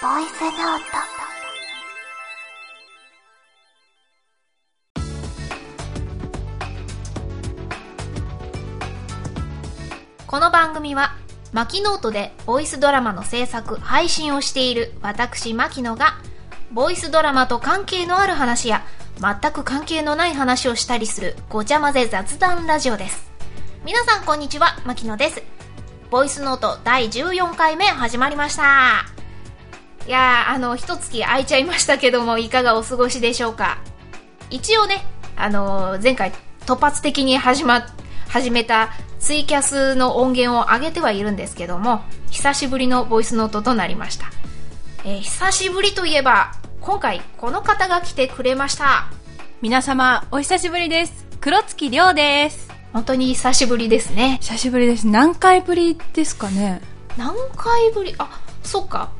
ノートこの番組はマキノートでボイスドラマの制作配信をしている私マキノがボイスドラマと関係のある話や全く関係のない話をしたりするごちゃ混ぜ雑談ラジオです皆さんこんにちはマキノですボイスノート第14回目始まりましたいやーあの一月空いちゃいましたけどもいかがお過ごしでしょうか一応ねあのー前回突発的に始ま始めたツイキャスの音源を上げてはいるんですけども久しぶりのボイスノートとなりましたえー久しぶりといえば今回この方が来てくれました皆様、お久しぶりです。黒月亮です。本当に久しぶりですね久しぶりです。何回ぶりですかね何回ぶりあそっか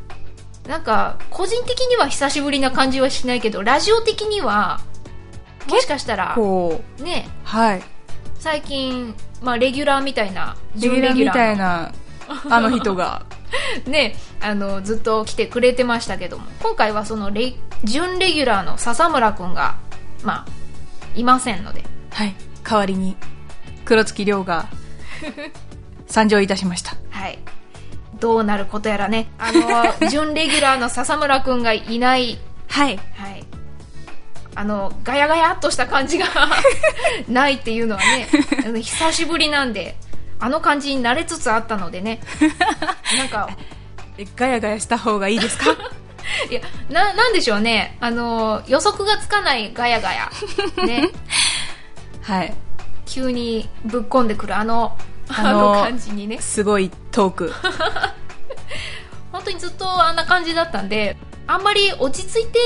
なんか個人的には久しぶりな感じはしないけどラジオ的にはもしかしたらこねう、 はい。最近、まあ、レギュラーみたいなレギュラー準みたいな、あの人が。ね、あのずっと来てくれてましたけども今回はそのレ準レギュラーの笹村くんが、まあ、いませんのではい。代わりに、黒月亮 が、参上いたしました。はい。どうなることやらね。あの、準レギュラーの笹村くんがいない。はい。はい。あの、ガヤガヤっとした感じが ないっていうのはね、あの久しぶりなんで、あの感じに慣れつつあったのでね。なんか、ガヤガヤした方がいいですか いや、な、なんでしょうね。あの、予測がつかないガヤガヤ。ね。はい。急にぶっこんでくるあの、ああのの感じにね。すごいトー ク。本当にずっとあんな感じだったんであんまり落ち着いて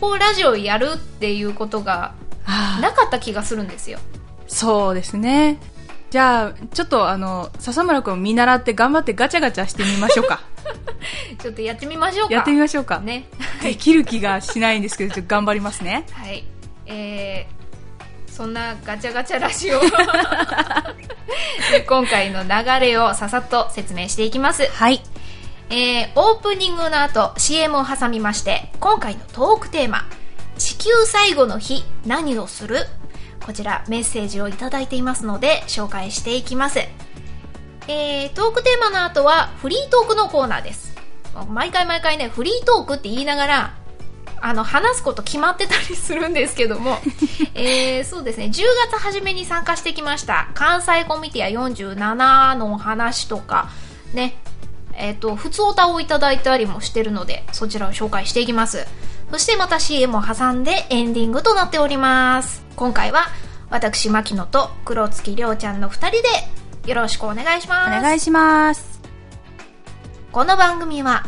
こうラジオやるっていうことがあーなかった気がするんですよそうですね。じゃあ、ちょっとあの、笹村くん見習って頑張ってガチャガチャしてみましょう か。ちょっとやってみましょうかやってみましょうか。ねできる気がしないんですけど、ちょっと頑張りますね。はいえー、そんなガチャガチャラ ジオで今回の流れをささっと説明していきますはい。えーオープニングの後 CM を挟みまして今回のトークテーマ「地球最後の日何をする?」こちらメッセージをいただいていますので紹介していきます、えートークテーマの後はフリートークのコーナーです毎回毎回ねフリートークって言いながらあの話すこと決まってたりするんですけども、 えーそうですね10月初めに参加してきました関西コミティア47のお話とかねえっ、と普通歌をいただいたりもしてるのでそちらを紹介していきますそしてまた CM を挟んでエンディングとなっております今回は私牧野と黒月亮ちゃんの2人でよろしくお願いしますお願いします。この番組は、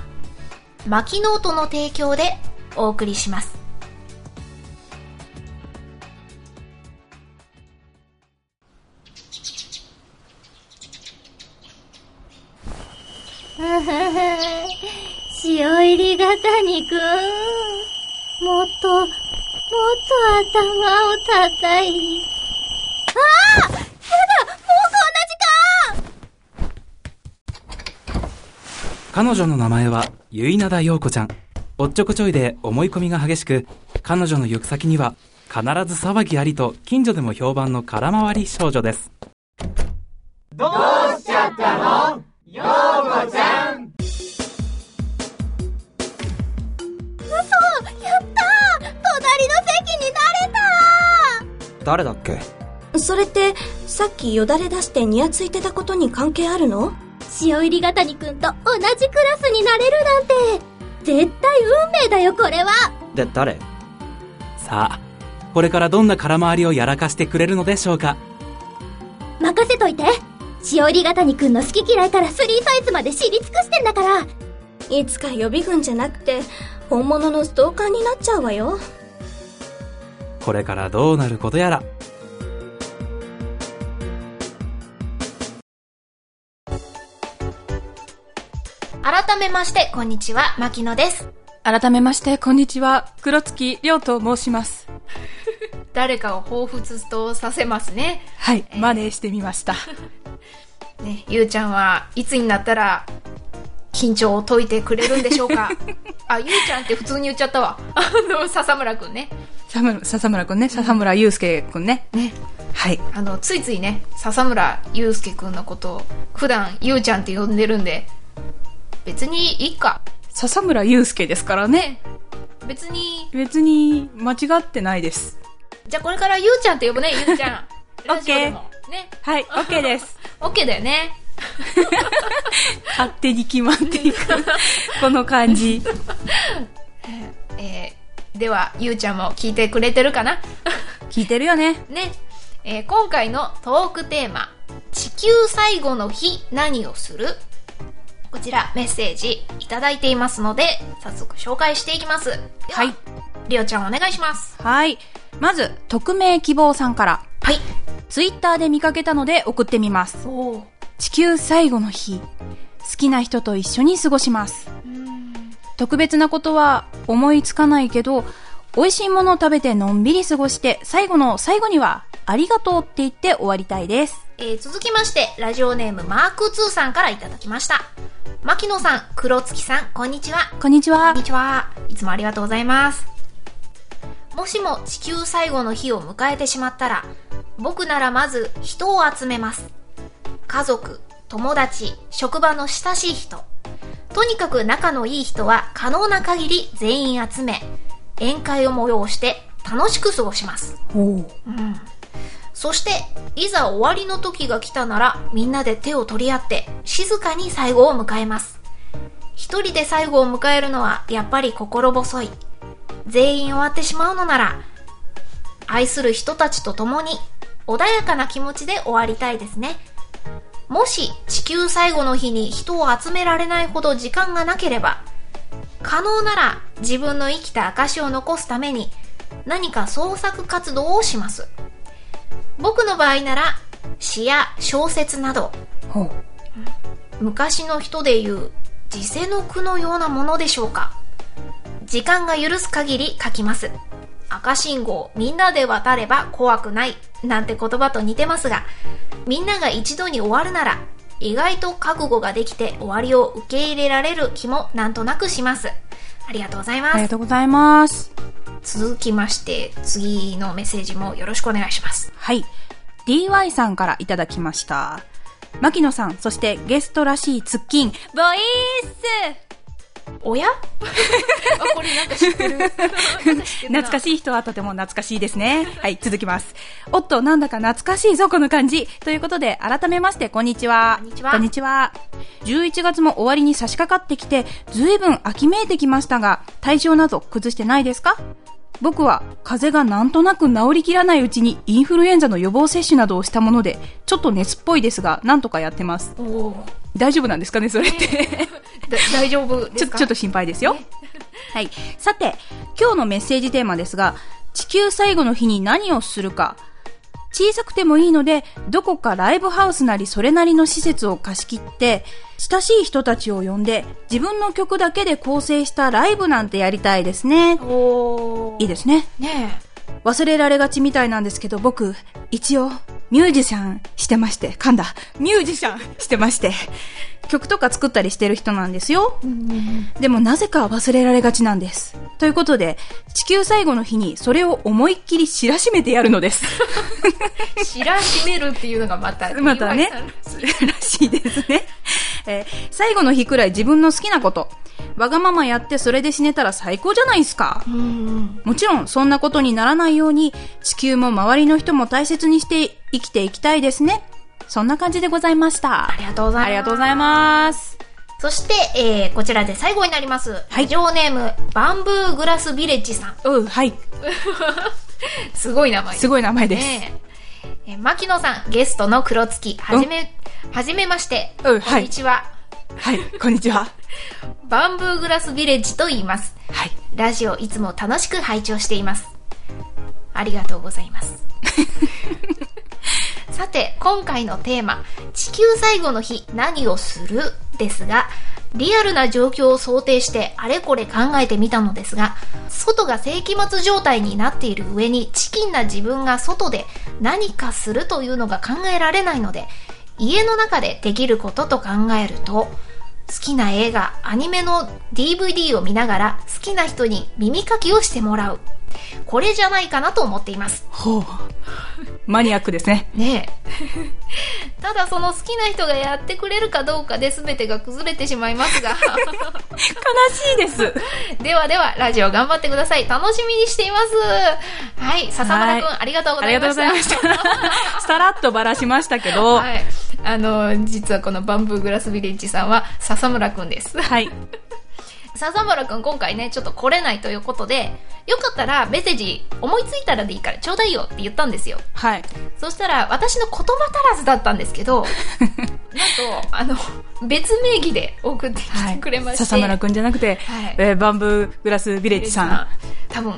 マキノートの提供でお送りします。潮入りが谷くん。もっと、もっと頭を叩い。彼女の名前は結稲田陽子ちゃんおっちょこちょいで思い込みが激しく彼女の行く先には必ず騒ぎありと近所でも評判の空回り少女ですやったー隣の席になれ誰だっけそれってさっきよだれ出してニヤついてたことに関係あるのた潮入りが谷くんと同じクラスになれるなんて、絶対運命だよ、これはで誰さあこれからどんな空回りをやらかしてくれるのでしょうか任せといて潮入りが谷くんの好き嫌いからスリーサイズまで知り尽くしてんだからいつか予備軍じゃなくて本物のストーカーになっちゃうわよこれからどうなることやら改めまして、こんにちは、マキノです。改めまして、こんにちは。黒月亮と申します。誰かを彷彿とさせますね。はい。真似してみました。 ね、ゆうちゃんはいつになったら緊張を解いてくれるんでしょうか改あ、ゆうちゃんって普通に言っちゃったわ。あの、笹村くんね。笹村笹村くんね、笹村祐介くんね。ね。はい。あの、ついついね、笹村祐介くんのことを、普段、ゆうちゃんって呼んでるんで、別にいいか。笹村祐介ですからね。別に、別に間違ってないです。じゃあこれからゆうちゃんって呼ぶね、ゆうちゃん。オッケ ーラジオでもね。はい、OK です。 オッケーだよね。勝手に決まっていく。 この感じ。えー、では、ゆうちゃんも聞いてくれてるかな 聞いてるよね。ね。えー今回のトークテーマ、地球最後の日何をするこちらメッセージいただいていますので、早速紹介していきます。ではい。りおちゃんお願いします。はい。まず、匿名希望さんから、はい。ツイッターで見かけたので送ってみます。おー地球最後の日。好きな人と一緒に過ごします。特別なことは思いつかないけど、美味しいものを食べてのんびり過ごして、最後の最後には、ありがとうって言って終わりたいです。えー続きまして、ラジオネームマーク2さんからいただきました。牧野さん、黒月さん、こんにちは。こんにちこはんに。ちは。いつもありがとうございます。もしも地球最後の日を迎えてしまったら、僕ならまず人を集めます。家族、友達、職場の親しい人。とにかく仲のいい人は可能な限り全員集め、宴会を催して楽しく過ごします。うんそして、いざ終わりの時が来たなら、みんなで手を取り合って、静かに最後を迎えます。一人で最後を迎えるのは、やっぱり心細い。全員終わってしまうのなら、愛する人たちと共に、穏やかな気持ちで終わりたいですね。もし、地球最後の日に人を集められないほど時間がなければ、可能なら自分の生きた証を残すために、何か創作活動をします。僕の場合なら詩や小説などほ昔の人でいう自世の句のようなものでしょうか時間が許す限り書きます赤信号みんなで渡れば怖くないなんて言葉と似てますがみんなが一度に終わるなら意外と覚悟ができて終わりを受け入れられる気もなんとなくしますありがとうございまありすがとうございます。続きまして次のメッセージもよろしくお願いしますはい。DY さんからいただきました。牧野さん、そしてゲストらしいツッキン、ボイーおやあこれなんか知ってる ス懐かしいしい人はとても懐かしいですね。はい、続きます。おっと、なんだか懐かしいぞ、この感じ。ということで、改めまして、こんにちは。こんにちはこんにちは。11月も終わりに差し掛かってきて、ずいぶん秋めいてきましたが、体調など崩してないですか僕は風邪がなんとなく治りきらないうちにインフルエンザの予防接種などをしたもので、ちょっと熱っぽいですが、なんとかやってます。おお大丈夫なんですかね、それって。だ大丈夫でちょすっかとちょっと心配ですよ。 はい。さて、今日のメッセージテーマですが、地球最後の日に何をするか。小さくてもいいので、どこかライブハウスなりそれなりの施設を貸し切って、親しい人たちを呼んで、自分の曲だけで構成したライブなんてやりたいですね。おいいですね。ね忘れられがちみたいなんですけど、僕、一応、ミュージシャンしてまして、噛んだ。ミュージシャンしてまして、曲とか作ったりしてる人なんですよ。でもなぜか忘れられがちなんです。ということで、地球最後の日にそれを思いっきり知らしめてやるのです。え知らしめるっていうのがまたまたね岩井さん、それらしいですね。 えー最後の日くらい自分の好きなこと、わがままやってそれで死ねたら最高じゃないですか。うんもちろんそんなことにならないように地球も周りの人も大切にして生きていきたいですね。そんな感じでございました。ありがとうございますありがとうございます。そして、えー、こちらで最後になります、ははいジョーネームバンブーグラスビレッジさんうん、はい。すごい名前すごい名前です。ねええー牧野さんゲストの黒月はじめはじめまして、うんこんにちは、はい、こんにちは。バンブーグラスビレッジと言いますはい。ラジオいつも楽しく拝聴しています。ありがとうございます。さて、今回のテーマ、地球最後の日何をするですが、リアルな状況を想定してあれこれ考えてみたのですが、外が世紀末状態になっている上に、チキンな自分が外で何かするというのが考えられないので、家の中でできることと考えると、好きな映画、アニメの DVD を見ながら好きな人に耳かきをしてもらう。これじゃないかなと思っています。ほう。マニアックですね。ねえ。 ただその好きな人がやってくれるかどうかで全てが崩れてしまいます が。悲しい です。ではでは、ラジオ頑張ってください。楽しみにしています。はい、笹村くん、はいありがとうごあざりいがとうまごした。ざい ました。さらっとばらしましたけど、は。はいい。あの、実はこのバンブーグラスビレッジさんは、笹村くんです。笹村くん今回ね、ちょっと来れないということで、よかったらメッセージ思いついたらでいいからちょうだいよって言ったんですよ。はい。そしたら、私の言葉足らずだったんですけ ど、なんと、あの、別名義で送ってきてくれまして。笹村くんじゃなくて、はいえーバンブーグラスビレッジさん。多分、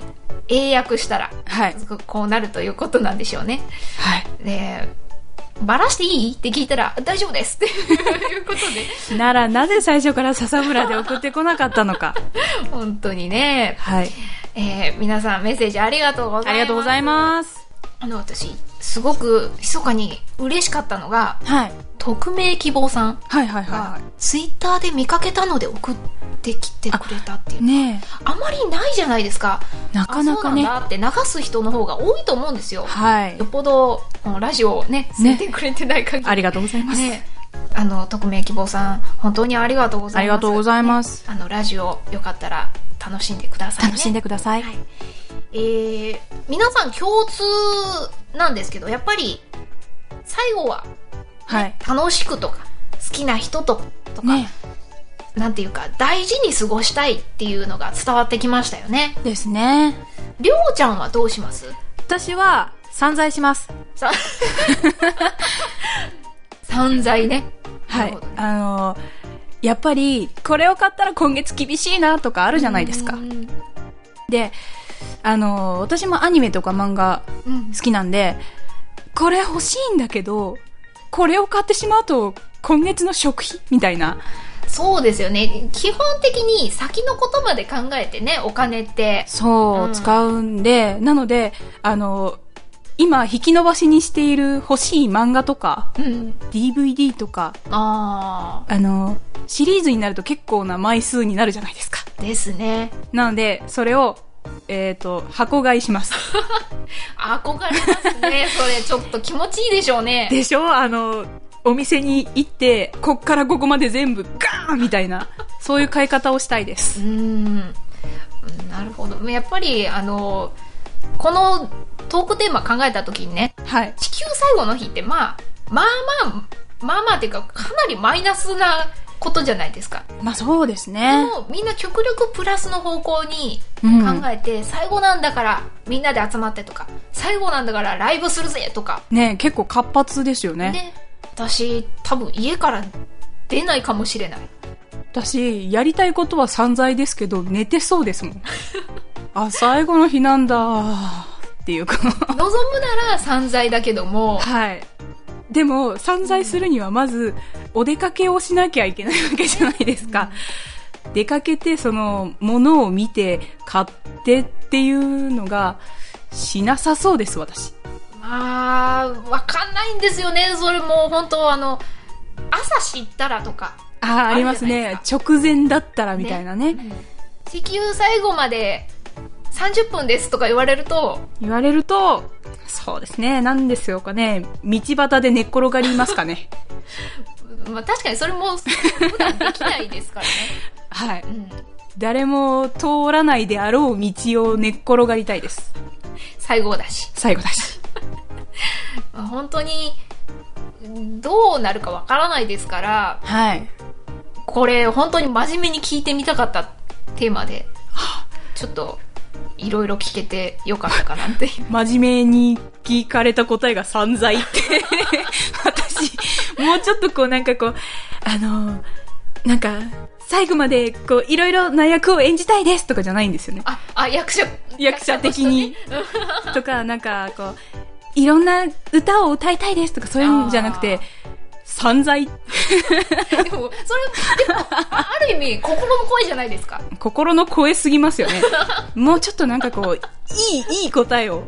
英訳したら、はい。こうなるということなんでしょうね。はで、バラしていいって聞いたら、大丈夫ですっていうことで、い。なら、なぜ最初から笹村で送ってこなかったのか。 本当にね、はい。えー皆さんメッセージありがとうございます。ありがとうございます。あの、私、すごく、密かに嬉しかったのが、はい。匿名希望さんはいはいはが、ツイッターで見かけたので送ってきてくれたっていう。い。ねあまりないじゃないですか。え、なかなかね。あそうなんだって流す人の方が多いと思うんですよ。はいよ。っぽど、このラジオをね、聞いてくれてない限り。ありがとうございます。ね、あの匿名希望さん本当にありがとうございますありがとうございます。あのラジオよかったら楽しんでください、ね、楽しんでください。はいえー、皆さん共通なんですけどやっぱり最後ははい。楽しくとか好きな人ととか、ねなんていうか大事に過ごしたいっていうのが伝わってきましたよねえですね。りょうちゃんはどうします私は、散財します。 さ散財ねはなるいほどね。あの、やっぱり、これを買ったら今月厳しいなとかあるじゃないですかう。んで、あの、私もアニメとか漫画うん好きなんで、これ欲しいんだけど、これを買ってしまうと、今月の食費みたいな。そうですよね。基本的に先のことまで考えてね、お金って。そう、うん使うんで、なので、あの、今引き伸ばしにしている欲しい漫画とか、うん。 DVD とか、ああの、シリーズになると結構な枚数になるじゃないですか。あ、ですね。なので、それを、えっ、と、箱買いします。 憧れますね。それ、ちょっと気持ちいいでしょうね。でしょあの、お店に行って、こっからここまで全部ガーンみたいな、そういう買い方をしたいでうす。ーん。なるほど。やっぱり、あの、このトークテーマ考えた時にね、はい。地球最後の日って、まあ、まあまあ、まあまあっていうか、かなりマイナスなことじゃないですか。まあそうですでね。もみんな極力プラスの方向にうん考えて、最後なんだからみんなで集まってとか最後なんだからライブするぜとかね結構活発ですよね。ね私多分家から出ないかもしれない私、やりたいことは散財ですけど、寝てそうです もん。あ、最後の日なんだ、っていうか。望むなら散財だけど もはい。でも、散財するにはまず、お出かけをしなきゃいけないわけじゃないですか。出かけて、その、物を見て、買ってっていうのが、しなさそうです、私。まあわかんないんですよねそれもう本当あの朝知ったらとかああ、ありますあねる。直前だったらみたいなね。地球最後まで30分ですとか言われると言われると、そうですね、なんですよかね。道端で寝っ転がりますか ね。まあ確かにそれも普段できないです からね、はい。うん、誰も通らないであろう道を寝っ転がりたいです。最後だし最後だし。まあ本当にどうなるかわからないですからはい。これ本当に真面目に聞いてみたかったテーマでちょっといろいろ聞けてよかったかなって いう真面目に聞かれた答えが散財って。 私、もうちょっとこうなんかこう、あの、なんか、最後までこういろいろな役を演じたいですとかじゃないんですよね。ああ役者役者的に役者としてね とか、なんかこう、いろんな歌を歌いたいですとかそういうんじゃなくて、散う財。んでもそれでもあある意味心の声じゃないですか心の声すぎますよね。 もうちょっとなんかこう、いい、いい答えを、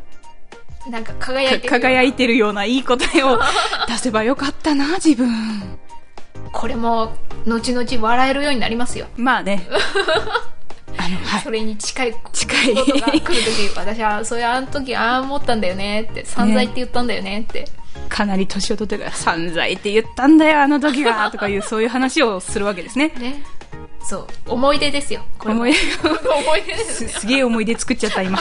なんか輝いてかる輝いてるようないい答えを出せばよかったな、自分。これも後々笑えるようになりますよ。まあ ね。あの、はい。それに近いこと近い。が来るとき、私は、そういうあの時、ああ思ったんだよねって、散財って言ったんだよねって。かなり年を取ってから散財って言ったんだよ、あの時 は。とかいう、そういう話をするわけですね。ね。そう。思い出ですよ。これも思い 思い出ですす ね。すげえ思い出作っちゃった、今。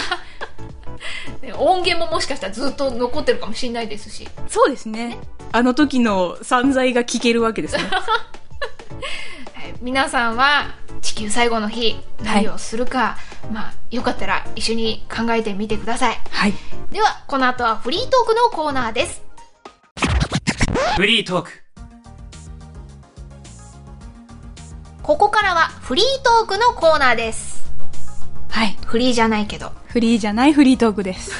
ね音源ももしかしたらずっと残ってるかもしれないですし。 そうですね。あの時の散財が聞けるわけですね。はい皆さんは地球最後の日はい何をするか、まあよかったら一緒に考えてみてください はい。ではこの後はフリートークのコーナーですフリートークここからはフリートークのコーナーですはい。フリーじゃないけどフリーじゃないフリートークです。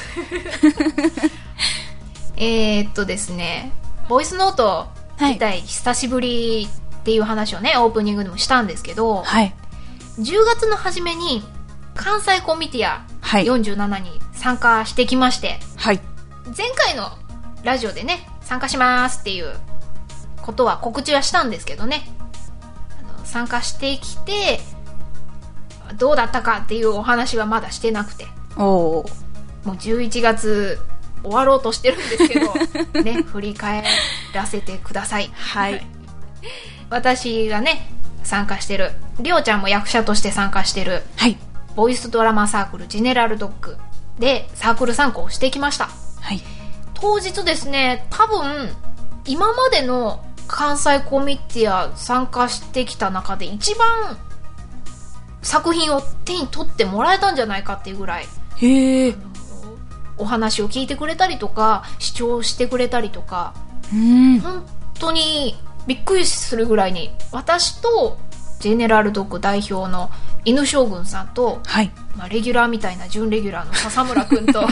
えー、っとですねボイスノートはい自体久しぶりっていう話をねオープニングでもしたんですけど、はい。 10月の初めに関西コミティアはい。 47に参加してきまして、はい。前回のラジオでね参加しますっていうことは告知はしたんですけどねあの参加してきてどうだったかっていうお話はまだしてなくておー。もう11月終わろうとしてるんですけどね振り返らせてくださいはい。私がね参加してるりょうちゃんも役者として参加してるはい。ボイスドラマサークルジェネラルドッグでサークル参考をしてきましたはい。当日ですね多分今までの関西コミティア参加してきた中で一番作品を手に取ってもらえたんじゃないかっていうぐらいへえ。お話を聞いてくれたりとか視聴してくれたりとかうん。本当にびっくりするぐらいに私とジェネラルドッグ代表の犬将軍さんと、はい。まあ、レギュラーみたいな準レギュラーの笹村君と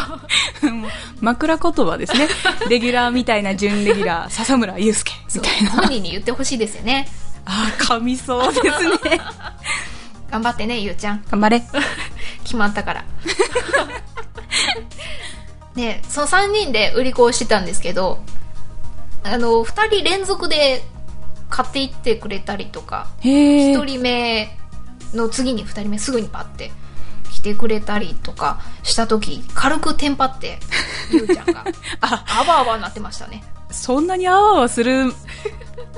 枕言葉です ね。レギュラーみたいな準レギュラー、笹村祐介 みたいな。本人に言ってほしいですよねあー、噛みそうですね。頑張ってねゆうちゃん 頑張れ。決まったから ねその3人で売り子をしてたんですけどあの2人連続で買っていってくれたりとかへ1。人目の次に2人目すぐにパッて来てくれたりとかした時軽くテンパってゆうちゃんがああばあばになってましたねそんなにあわあわする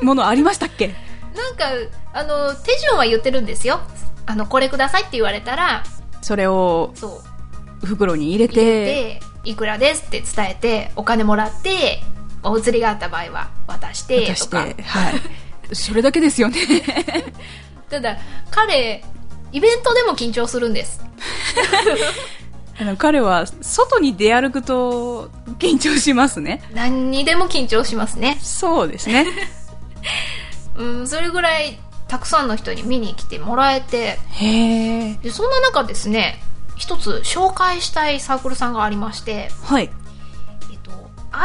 ものありましたっけなんかあの手順は言ってるんですよあのこれくださいって言われたらそれをそう袋に入れ入て。れていくらですって伝えてお金もらってお釣りがあった場合は渡して渡として、かはい。それだけ ですよね。ただ彼イベントでも緊張するんですあの彼は外に出歩くと緊張しますね。何にでも緊張しますねそうですね。うんそれぐらいたくさんの人に見に来てもらえて へえ。でそんな中ですね一つ紹介したいサークルさんがありまして、はい。えっと、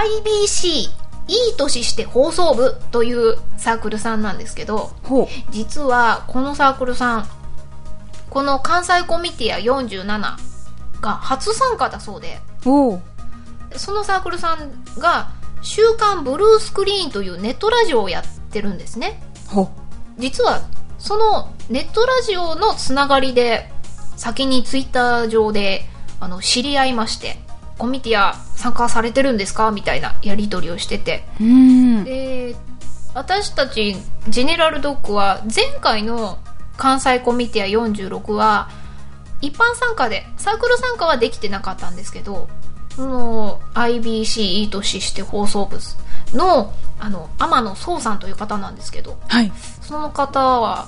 IBC いい年して放送部というサークルさんなんですけどほう。実はこのサークルさんこの関西コミティア47が初参加だそうでおうそのサークルさんが「週刊ブルースクリーン」というネットラジオをやってるんですねほう。実はそのネットラジオのつながりで先にツイッター上であの知り合いまして「コミティア参加されてるんですか?」みたいなやり取りをしててうーん。で私たちジェネラルドッグは前回の関西コミティア46は一般参加でサークル参加はできてなかったんですけどその IBC いい年して放送部のあの天野壮さんという方なんですけどはい。その方は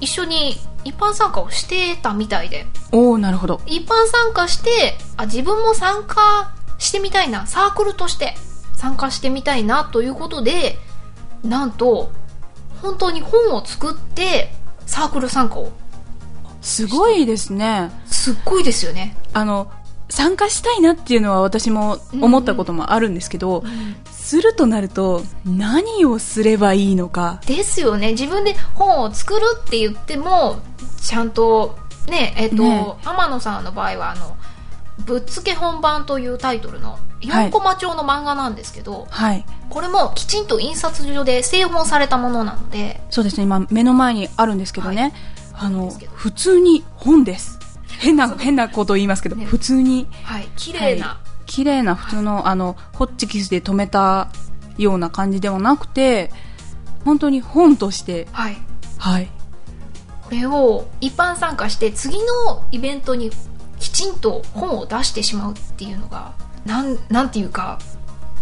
一緒に一般参加をしてたみたいでおおなるほど。一般参加してあ自分も参加してみたいなサークルとして参加してみたいなということでなんと本当に本を作ってサークル参加をすごいですね。すっごいですよね、あの、参加したいなっていうのは私も思ったこともあるんですけど、するとなると何をすればいいのか。ですよね自分で本を作るって言ってもちゃんとねえっ、と、ね天野さんの場合はあの「ぶっつけ本番」というタイトルの4コマ調の漫画なんですけど、はい。これもきちんと印刷所で製本されたものなのでそうですね、今目の前にあるんですけどね。あの、ですけど普通に本です。変な、変なこと言いますけど、ね普通に。はい綺麗な、は綺麗な普通の、あの、ホッチキスで止めたような感じではなくて、本当に本として、はいはい。これを一般参加して次のイベントにきちんと本を出してしまうっていうのがなんなんていうか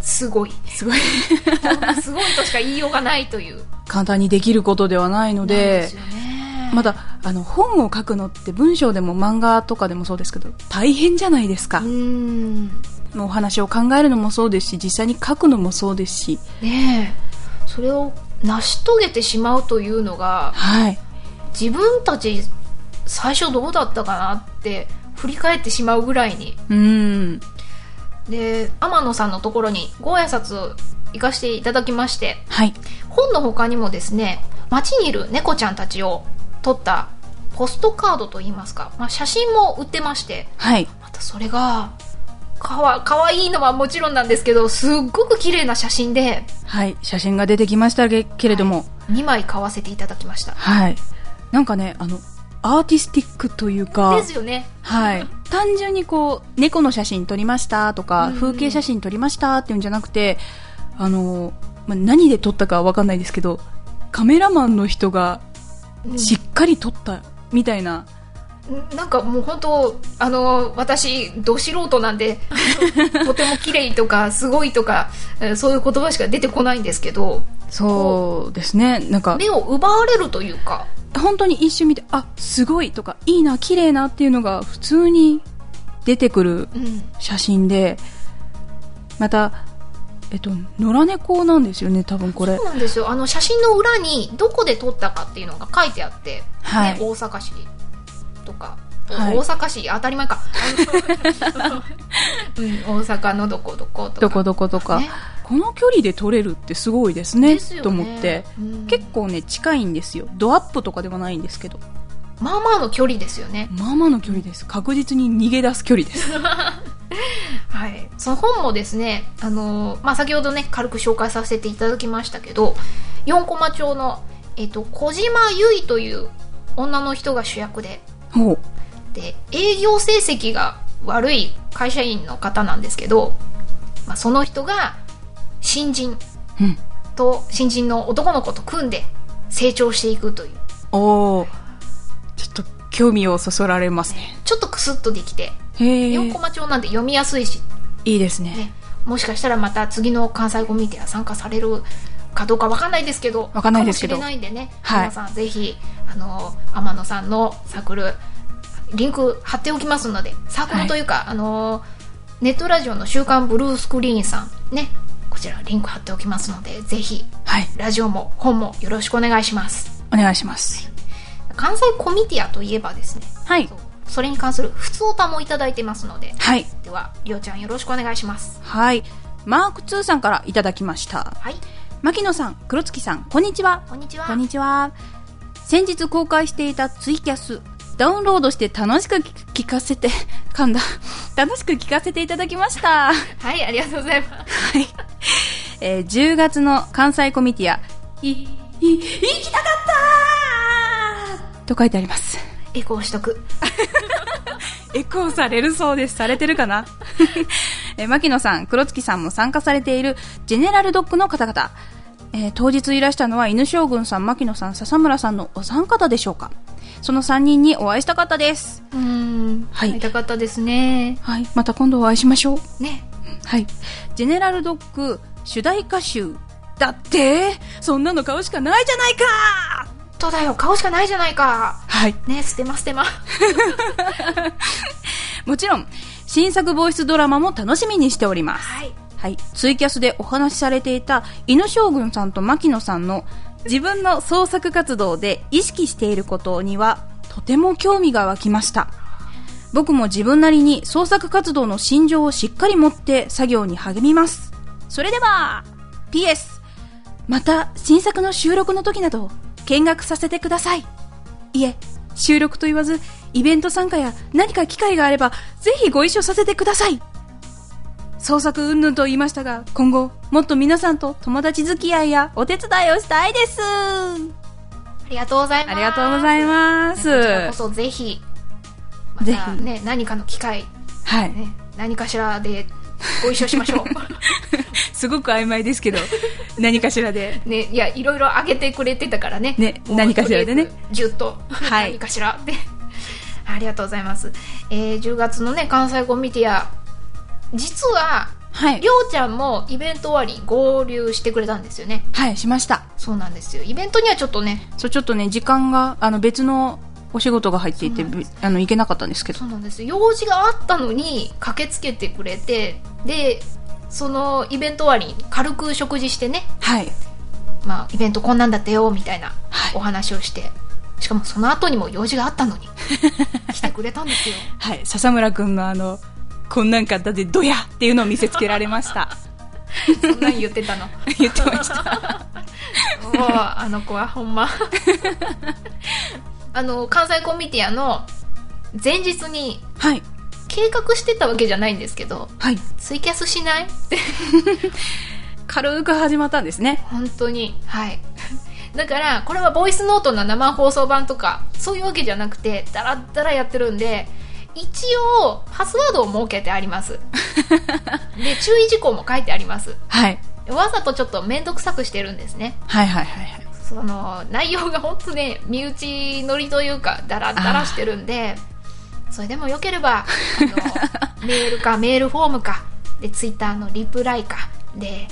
すごいすごい。 すごいとしか言いようがないという簡単にできることではないのなんで、すよねまだ、あの、本を書くのって文章でも漫画とかでもそうですけど、大変じゃないですかうー。んもうお話を考えるのもそうですし、実際に書くのもそうですし、ねえそれを成し遂げてしまうというのがはい。自分たち最初どうだったかなって振り返ってしまうぐらいにうん。で天野さんのところにご挨拶を行かせていただきましてはい。本の他にもですね街にいる猫ちゃんたちを撮ったポストカードといいますか、まあ、写真も売ってましてはい。またそれがかわかわいいのはもちろんなんですけどすっごく綺麗な写真ではい。写真が出てきましたけけれども、 2枚買わせていただきましたはい、なんかね、あの、アーティスティックというかで、すよねはい。単純にこう、猫の写真撮りましたとか、うんうん風景写真撮りましたっていうんじゃなくて、あの、まあ、何で撮ったかわかんないですけど、カメラマンの人がうんしっかり撮ったみたいな、なんかもう本当あの私ど素人なん でとても綺麗とかすごいとかえーそういう言葉しか出てこないんですけどそうですね。なんか、目を奪われるというか本当に一瞬見て、あ、すごいとか、いいな、綺麗なっていうのが普通に出てくるうん写真でまたえっと野良猫なんですよね多分これそうなんですよあの写真の裏にどこで撮ったかっていうのが書いてあって、はいね、大阪市とか、はい大阪市当たり前 か、うん、大阪のどこどことかどこどことか、ねこの距離で撮れるってすごいですねですよねと思って、うん結構ね近いんですよドアップとかではないんですけどまあまあの距離ですよねまあまあの距離です確実に逃げ出す距離ですはいその本もですね、あのーまあ、先ほどね軽く紹介させていただきましたけど4コマ町の、えっと小島由衣という女の人が主役で ほうで営業成績が悪い会社員の方なんですけど、まあ、その人が新人うんと新人の男の子と組んで成長していくというおおちょっと興味をそそられますねちょっとクスッとできてへえ4コマ帳なんで読みやすいし、いいですねね、もしかしたらまた次の関西コミュニティが参加されるかどうかわかんないですけどわかんないですけどもしれないんでね、はい皆さんぜひあの天野さんのサークルリンク貼っておきますのでサークルというか、あのネットラジオの「週刊ブルースクリーン」さんねこちらリンク貼っておきますのでぜひはいラジオも本もよろしくお願いしますお願いします関西コミティアといえばですねはいそうそれに関する普通歌もいただいてますのではいではりょうちゃんよろしくお願いしますはいマーク2さんからいただきましたはい牧野さん黒月さんこんにちはこんにちはこんにちは。先日公開していたツイキャス、ダウンロードして楽しく聞かせて、噛んだ。楽しく聞かせていただきました。はい。はいありがとうございますえー10月の関西コミティア、い、い、行きたかったーと書いてあります。エコーしとくエコーされるそうです。されてるかな えー、牧野さん、黒月さんも参加されているジェネラルドッグの方々。えー当日いらしたのは犬将軍さん、牧野さん、笹村さんのお三方でしょうかその三人にお会いしたかったです。うーん、はい会いたかったですねはい。また今度お会いしましょう。ねはい。ジェネラルドッグ主題歌集。だって、そんなの買うしかないじゃないかとだよ顔しかないじゃないかはい。ね捨てま捨てまもちろん、新作ボイスドラマも楽しみにしております。はいはい、ツイキャスでお話しされていた犬将軍さんと牧野さんの自分の創作活動で意識していることにはとても興味が湧きました僕も自分なりに創作活動の心情をしっかり持って作業に励みますそれでは PS また新作の収録の時など見学させてくださいいえ収録と言わずイベント参加や何か機会があればぜひご一緒させてください創作云々と言いましたが、今後、もっと皆さんと友達付き合いやお手伝いをしたいです。ありがとうございます。ありがとうございまこちらすこ。そぜひ、まぜたひね、何かの機会、はい。ね、何かしらでご一緒しましょ すごく曖昧ですけど、何かしらで。う。ね、いや、いろいろあげてくれてたからね。ねもう何かしらでねとりあえずぎゅっと、はい何かしらで。ありがとうございます。えー、10月のね、関西コミティア、実は、はいり。ょうちゃんもイベント終わり合流してくれたんですよね。はい、しました。そうなんですよ。イベントにはちょっとね、そう、ちょっとね、時間が、あの、別のお仕事が入っていて、ぶあの、行けなかったんですけどそ。うなんですよ用事があったのに駆けつけてくれて、で、そのイベント終わりに軽く食事してね、はい。まあ、イベントこんなんだったよみたいなはいお話をして、しかもその後にも用事があった のに来てくれたんですよはい。笹村くんのあの、こんなんかだってドヤっていうのを見せつけられました。 そんなん言ってたの言ってました。 もうあの子はほ んまあの関西コミティアの前日にはい。計画してたわけじゃないんですけどはい。ツイキャスしないって 軽く始まったんですね。本当にはい だからこれはボイスノートの生放送版とかそういうわけじゃなくてダラッダラやってるんで一応パスワードを設けてありますで注意事項も書いてありますはい。わざとちょっと面倒くさくしてるんですねはいはいはいはい。その内容が本当ね身内乗りというかダラッダラしてるんでそれでもよけれ ばあのメールかメールフォームかでツイッターのリプライかで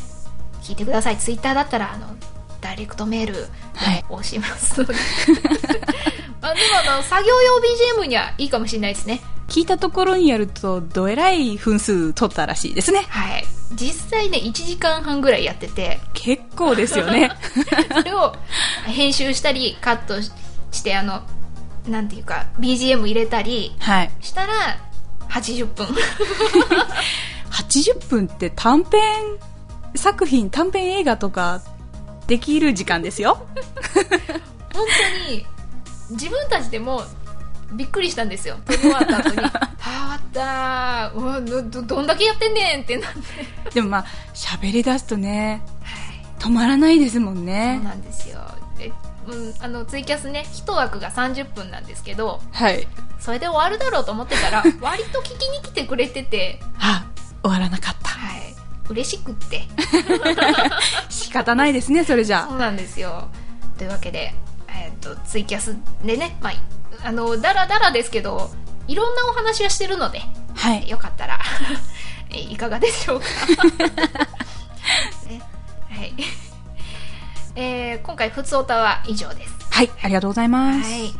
聞いてくださいツイッターだったらあのダイレクトメールではい押しますので、 まあでもあの作業用 BGM にはいいかもしれないですね聞いたところによると、どえらい分数取ったらしいですね。はい実際ね1時間半ぐらいやってて結構ですよ ね。それを編集したりカットししてあのなんていうか BGM 入れたりはい。したら80分80分って短編作品、短編映画とかできる時間ですよ。本当に自分たちでもびっくりしたんですよ撮り終わった後 に「はあ終わったーうわどどどんだけやってんねん」ってなって、でもまあ、喋り出すとね、止まらないですもんそうね。なんですよで、うん、あのツイキャスね一枠が30分なんですけどはい。それで終わるだろうと思ってたら割と聞きに来てくれててあ、終わらなかった。はい嬉しくって仕方ないですね、それじゃそうなんですよというわけで、えー、とツイキャスでね、まあ、あのダラダラですけどいろんなお話はしてるのであ。はい。よかったら えいかがでしょう か、ねはいえー今回「ふつおた」は以上です、はい、ありがとうございはます。い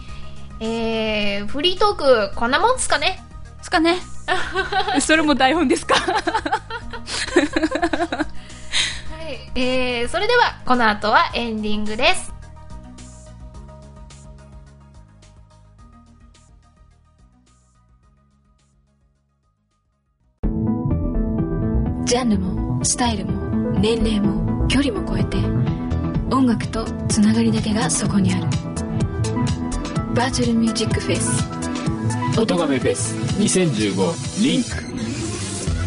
えー、フリートークこんなもんですかねですか ね。それも台本ですか はい、えー、それではこの後はエンディングですジャンルもスタイルも年齢も距離も超えて音楽とつながりだけがそこにあるバーチャルミュージックフェス音ガメフェス2015リンク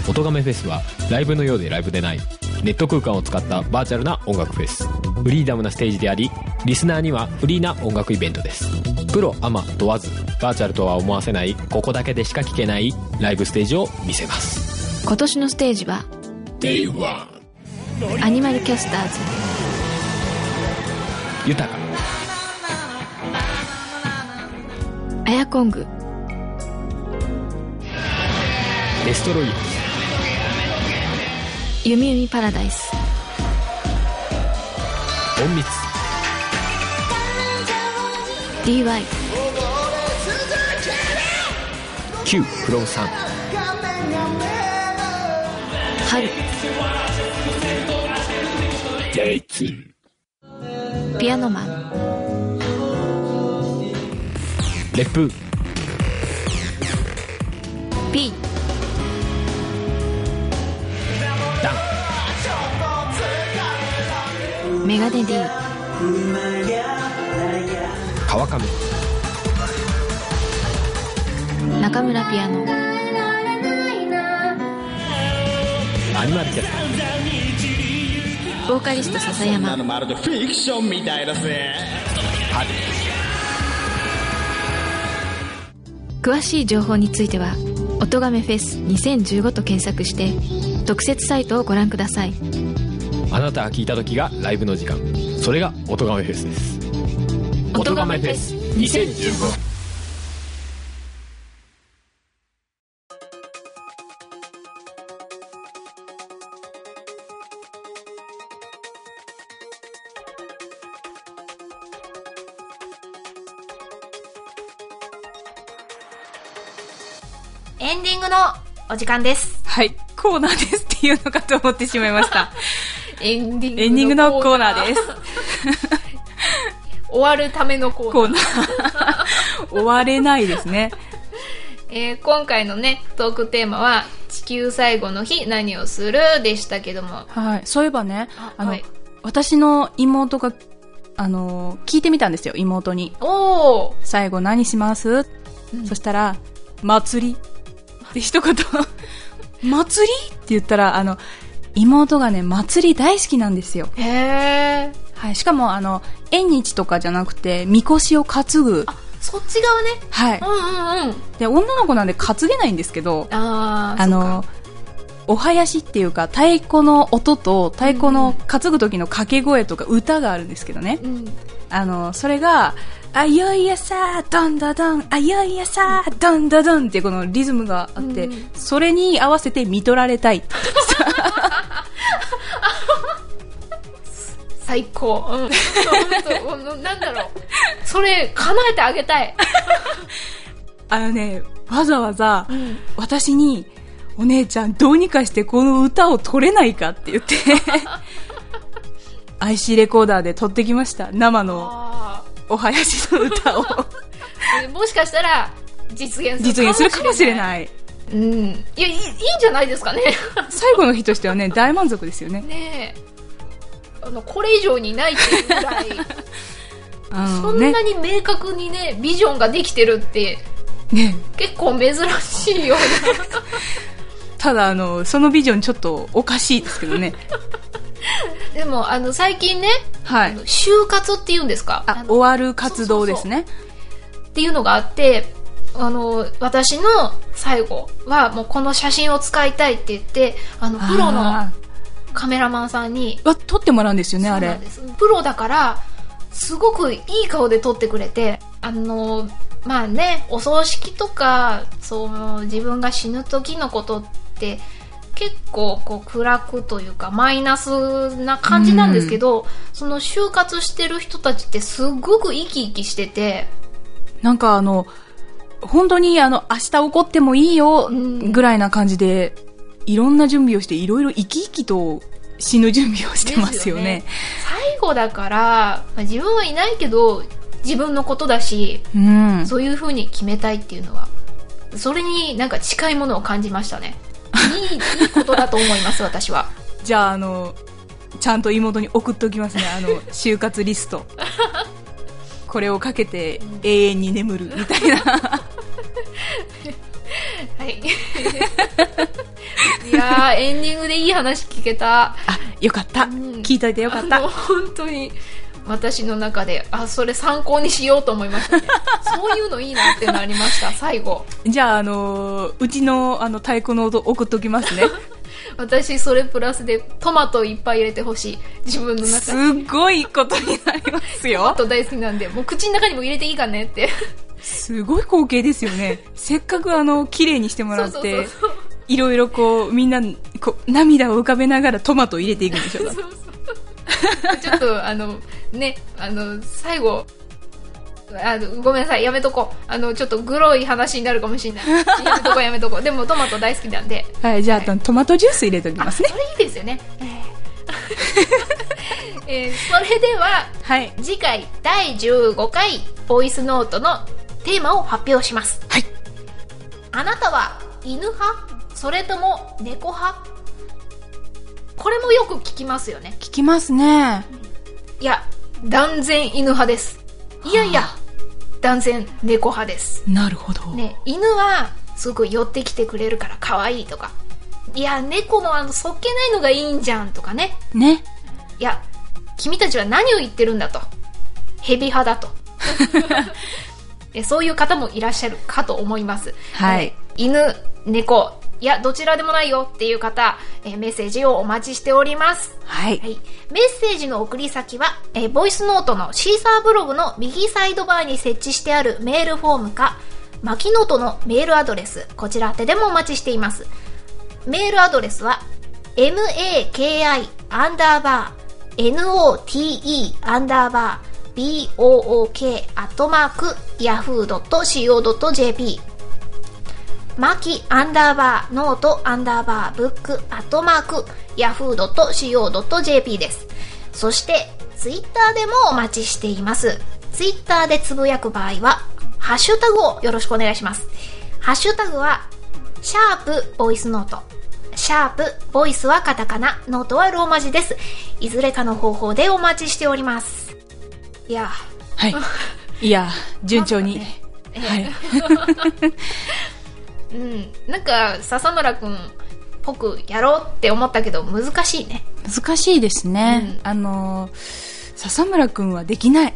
音ガメフェスはライブのようでライブでないネット空間を使ったバーチャルな音楽フェスフリーダムなステージでありリスナーにはフリーな音楽イベントですプロアマ問わずバーチャルとは思わせないここだけでしか聴けないライブステージを見せます今年のステージは Day1 アニマルキャスターズ豊かアヤコングデストロイヤ弓弓パラダイスー隠密 DY Q フロムさん春 Day2 ピアノマンレップ P ダメガネ D ン川上中村ピアノアニマルキャスターボーカリスト笹山まるでフィクションみたいだぜ詳しい情報については「おとがめフェス2015」と検索して特設サイトをご覧くださいあなたが聞いた時がライブの時間それがおとがめフェスですおとがめフェス2015エンディングのお時間です。はい、コーナーですっていうのかと思ってしまいま した。エンディングエンディングのコーナ ーです。終わるためのコーナー。コーナー。 終われないですね。えー今回のね、トークテーマは、地球最後の日何をするでしたけども。はい。そういえばね、ああの、はい私の妹が、あの、聞いてみたんですよ、妹に。おー最後何します、んそしたら、祭りって一 言、祭りって言ったら、あの、妹がね、祭り大好きなんですよ。へえ。はい。しかも、あの、縁日とかじゃなくて、みこしを担ぐ。そっち側ね。はい。うんうんうん。で、女の子なんで担げないんですけど、あーあの、お囃子っていうか、太鼓の音と、太鼓の担ぐ時の掛け声とか歌があるんですけどね。そっかうん。あの、それが、あいよいよさー、どんどどん、あいよいよさー、どんどどんっていうこのリズムがあって、うんそれに合わせて見とられたい。最高。うん。そうそううんなんだろう。 それ、叶えてあげたい。あのね、わざわざ、私に、お姉ちゃんどうにかしてこの歌を取れないかって言って、IC レコーダーで撮ってきました。生のあお囃子の 歌をーでもしかしたら、実現する実現するかもしれい。ない。うん。いや、いいいいんじゃないですかね。 最後の日としてはね、大満足ですよね。ねえ。あの、これ以上にないっていうぐら い。あのそんなに明確にね、ビジョンができてるって、ねね結構珍しいようただあのそのビジョンちょっとおかしいです けどねな。 でも、あの、最近ね、はあいの就活って言うんですかあの終わる活動ですねっていうのがあって、あの、私の最後は、もうこの写真を使いたいって言って、あの、プロのあカメラマンさんに、ーわ撮ってもらうんですよねあそうなれんですプロだからすごくいい顔で撮ってくれてあのまあねお葬式とかその自分が死ぬ時のことって結構こう暗くというかマイナスな感じなんですけど、その就活してる人たちってすごく生き生きしててなんかあの本当にあの明日怒ってもいいようんぐらいな感じで、いろんな準備をしていろいろ生き生きと死ぬ準備をしてますよね最後だから、まあ自分はいないけど自分のことだしうんそういう風に決めたいっていうのは、それになんか近いものを感じました ね。いい、いいことだと思います、私は。じゃああのちゃんと妹に送っておきますねあ の就活リス トこれをかけて永遠に眠るみたいな はい。いやー、エンディングでいい話聞けた。あよかった、聞いといてよかったあの本当に、私の中で、あ、それ参考にしようと思いました ね。そういうのいいなってなりました、最後。 じゃあ、あのーうちの、あの、太鼓の音送っとき ますね。私、それプラスでトマトいっぱい入れてほしい。自分のす中に。ごいことになりますトマよ。ト大好きなんで、もう口の中にも入れていいかねって。すごい光景ですよね。せっかく、あの、綺麗にしてもらっそうそうてそ、いろいろこう、みんな、こう、涙を浮かべながらトマトを入れていくんでしょうか。ちょっと、あの、ね、あの、最後、あのごめんなさい、やめとこう。あの、ちょっとグロい話になるかもしれな い。やめとこう、やめとこう。でもトマト大好きなんで。はい、じゃあ、あのトマトジュース入れておきますね。それいいですよね。 えーえーそれでは、はい。次回第15回、ボイスノートのテーマを発表します。はい。あなたは犬派それとも猫派これもよく聞きますよね。聞きますね。いや、断然犬派です。いやいや、断然猫派です。なるほど。ね、犬はすごく寄ってきてくれるから可愛いとか、いや、猫のあの、そっけないのがいいんじゃんとかね。ね。いや、君たちは何を言ってるんだと。蛇派 だと。えそういう方もいらっしゃるかと思います。はいえ。犬、猫、いや、どちらでもないよっていう方、えーメッセージをお待ちしております。はいは。い、メッセージの送り先は、えーボイスノートのシーサーブログの右サイドバーに設置してあるメールフォームか、マキノートのメールアドレス、こちら宛てでもお待ちしています。メールアドレスは、maki アンダーバー note アンダーバー book アットマーク yahoo.co.jp マキアンダーバーノートアンダーバーブックアットマーク yahoo.co.jp ですそしてツイッターでもお待ちしていますツイッターでつぶやく場合はハッシュタグをよろしくお願いしますハッシュタグはシャープボイスノートシャープボイスはカタカナノートはローマ字ですいずれかの方法でお待ちしておりますいやはい。いや、順調に。はい。うんなんか笹村くんっぽくやろうって思ったけど難しいね難しいですね。あのー、笹村くんはできない。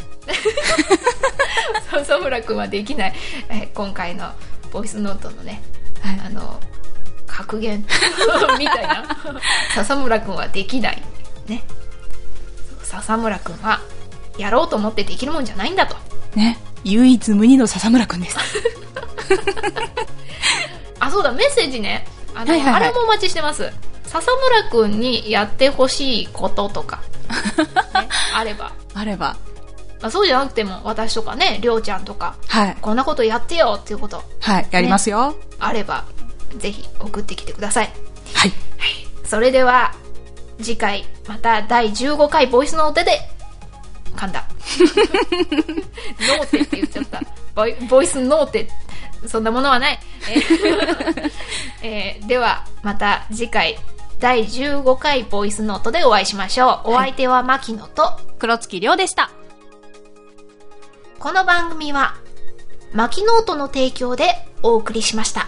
笹村君はできない、 えー今回のボイスノートのね、はいあの格 言みたいな笹村君はできないね笹村君はやろうと思ってできるもんじゃないんだとね。唯一無二の笹村くんです。あそうだメッセージねあの、はいはいはいあれもお待ちしてます笹村君にやってほしいこと とか、ねあれば、あれば。まあ、そうじゃなくても私とかねりょうちゃんとかはい。こんなことやってよっていうことはい。やりますよ。あればぜひ送ってきてくださいはい。それでは次回また第15回ボイスのお手で噛んだノーテって言っちゃったボイボイスノーテそんなものはない、えーえー ではまた次回第15回ボイスノートでお会いしましょうお相手は牧野と、黒月亮でした。この番組は牧ノートの提供でお送りしました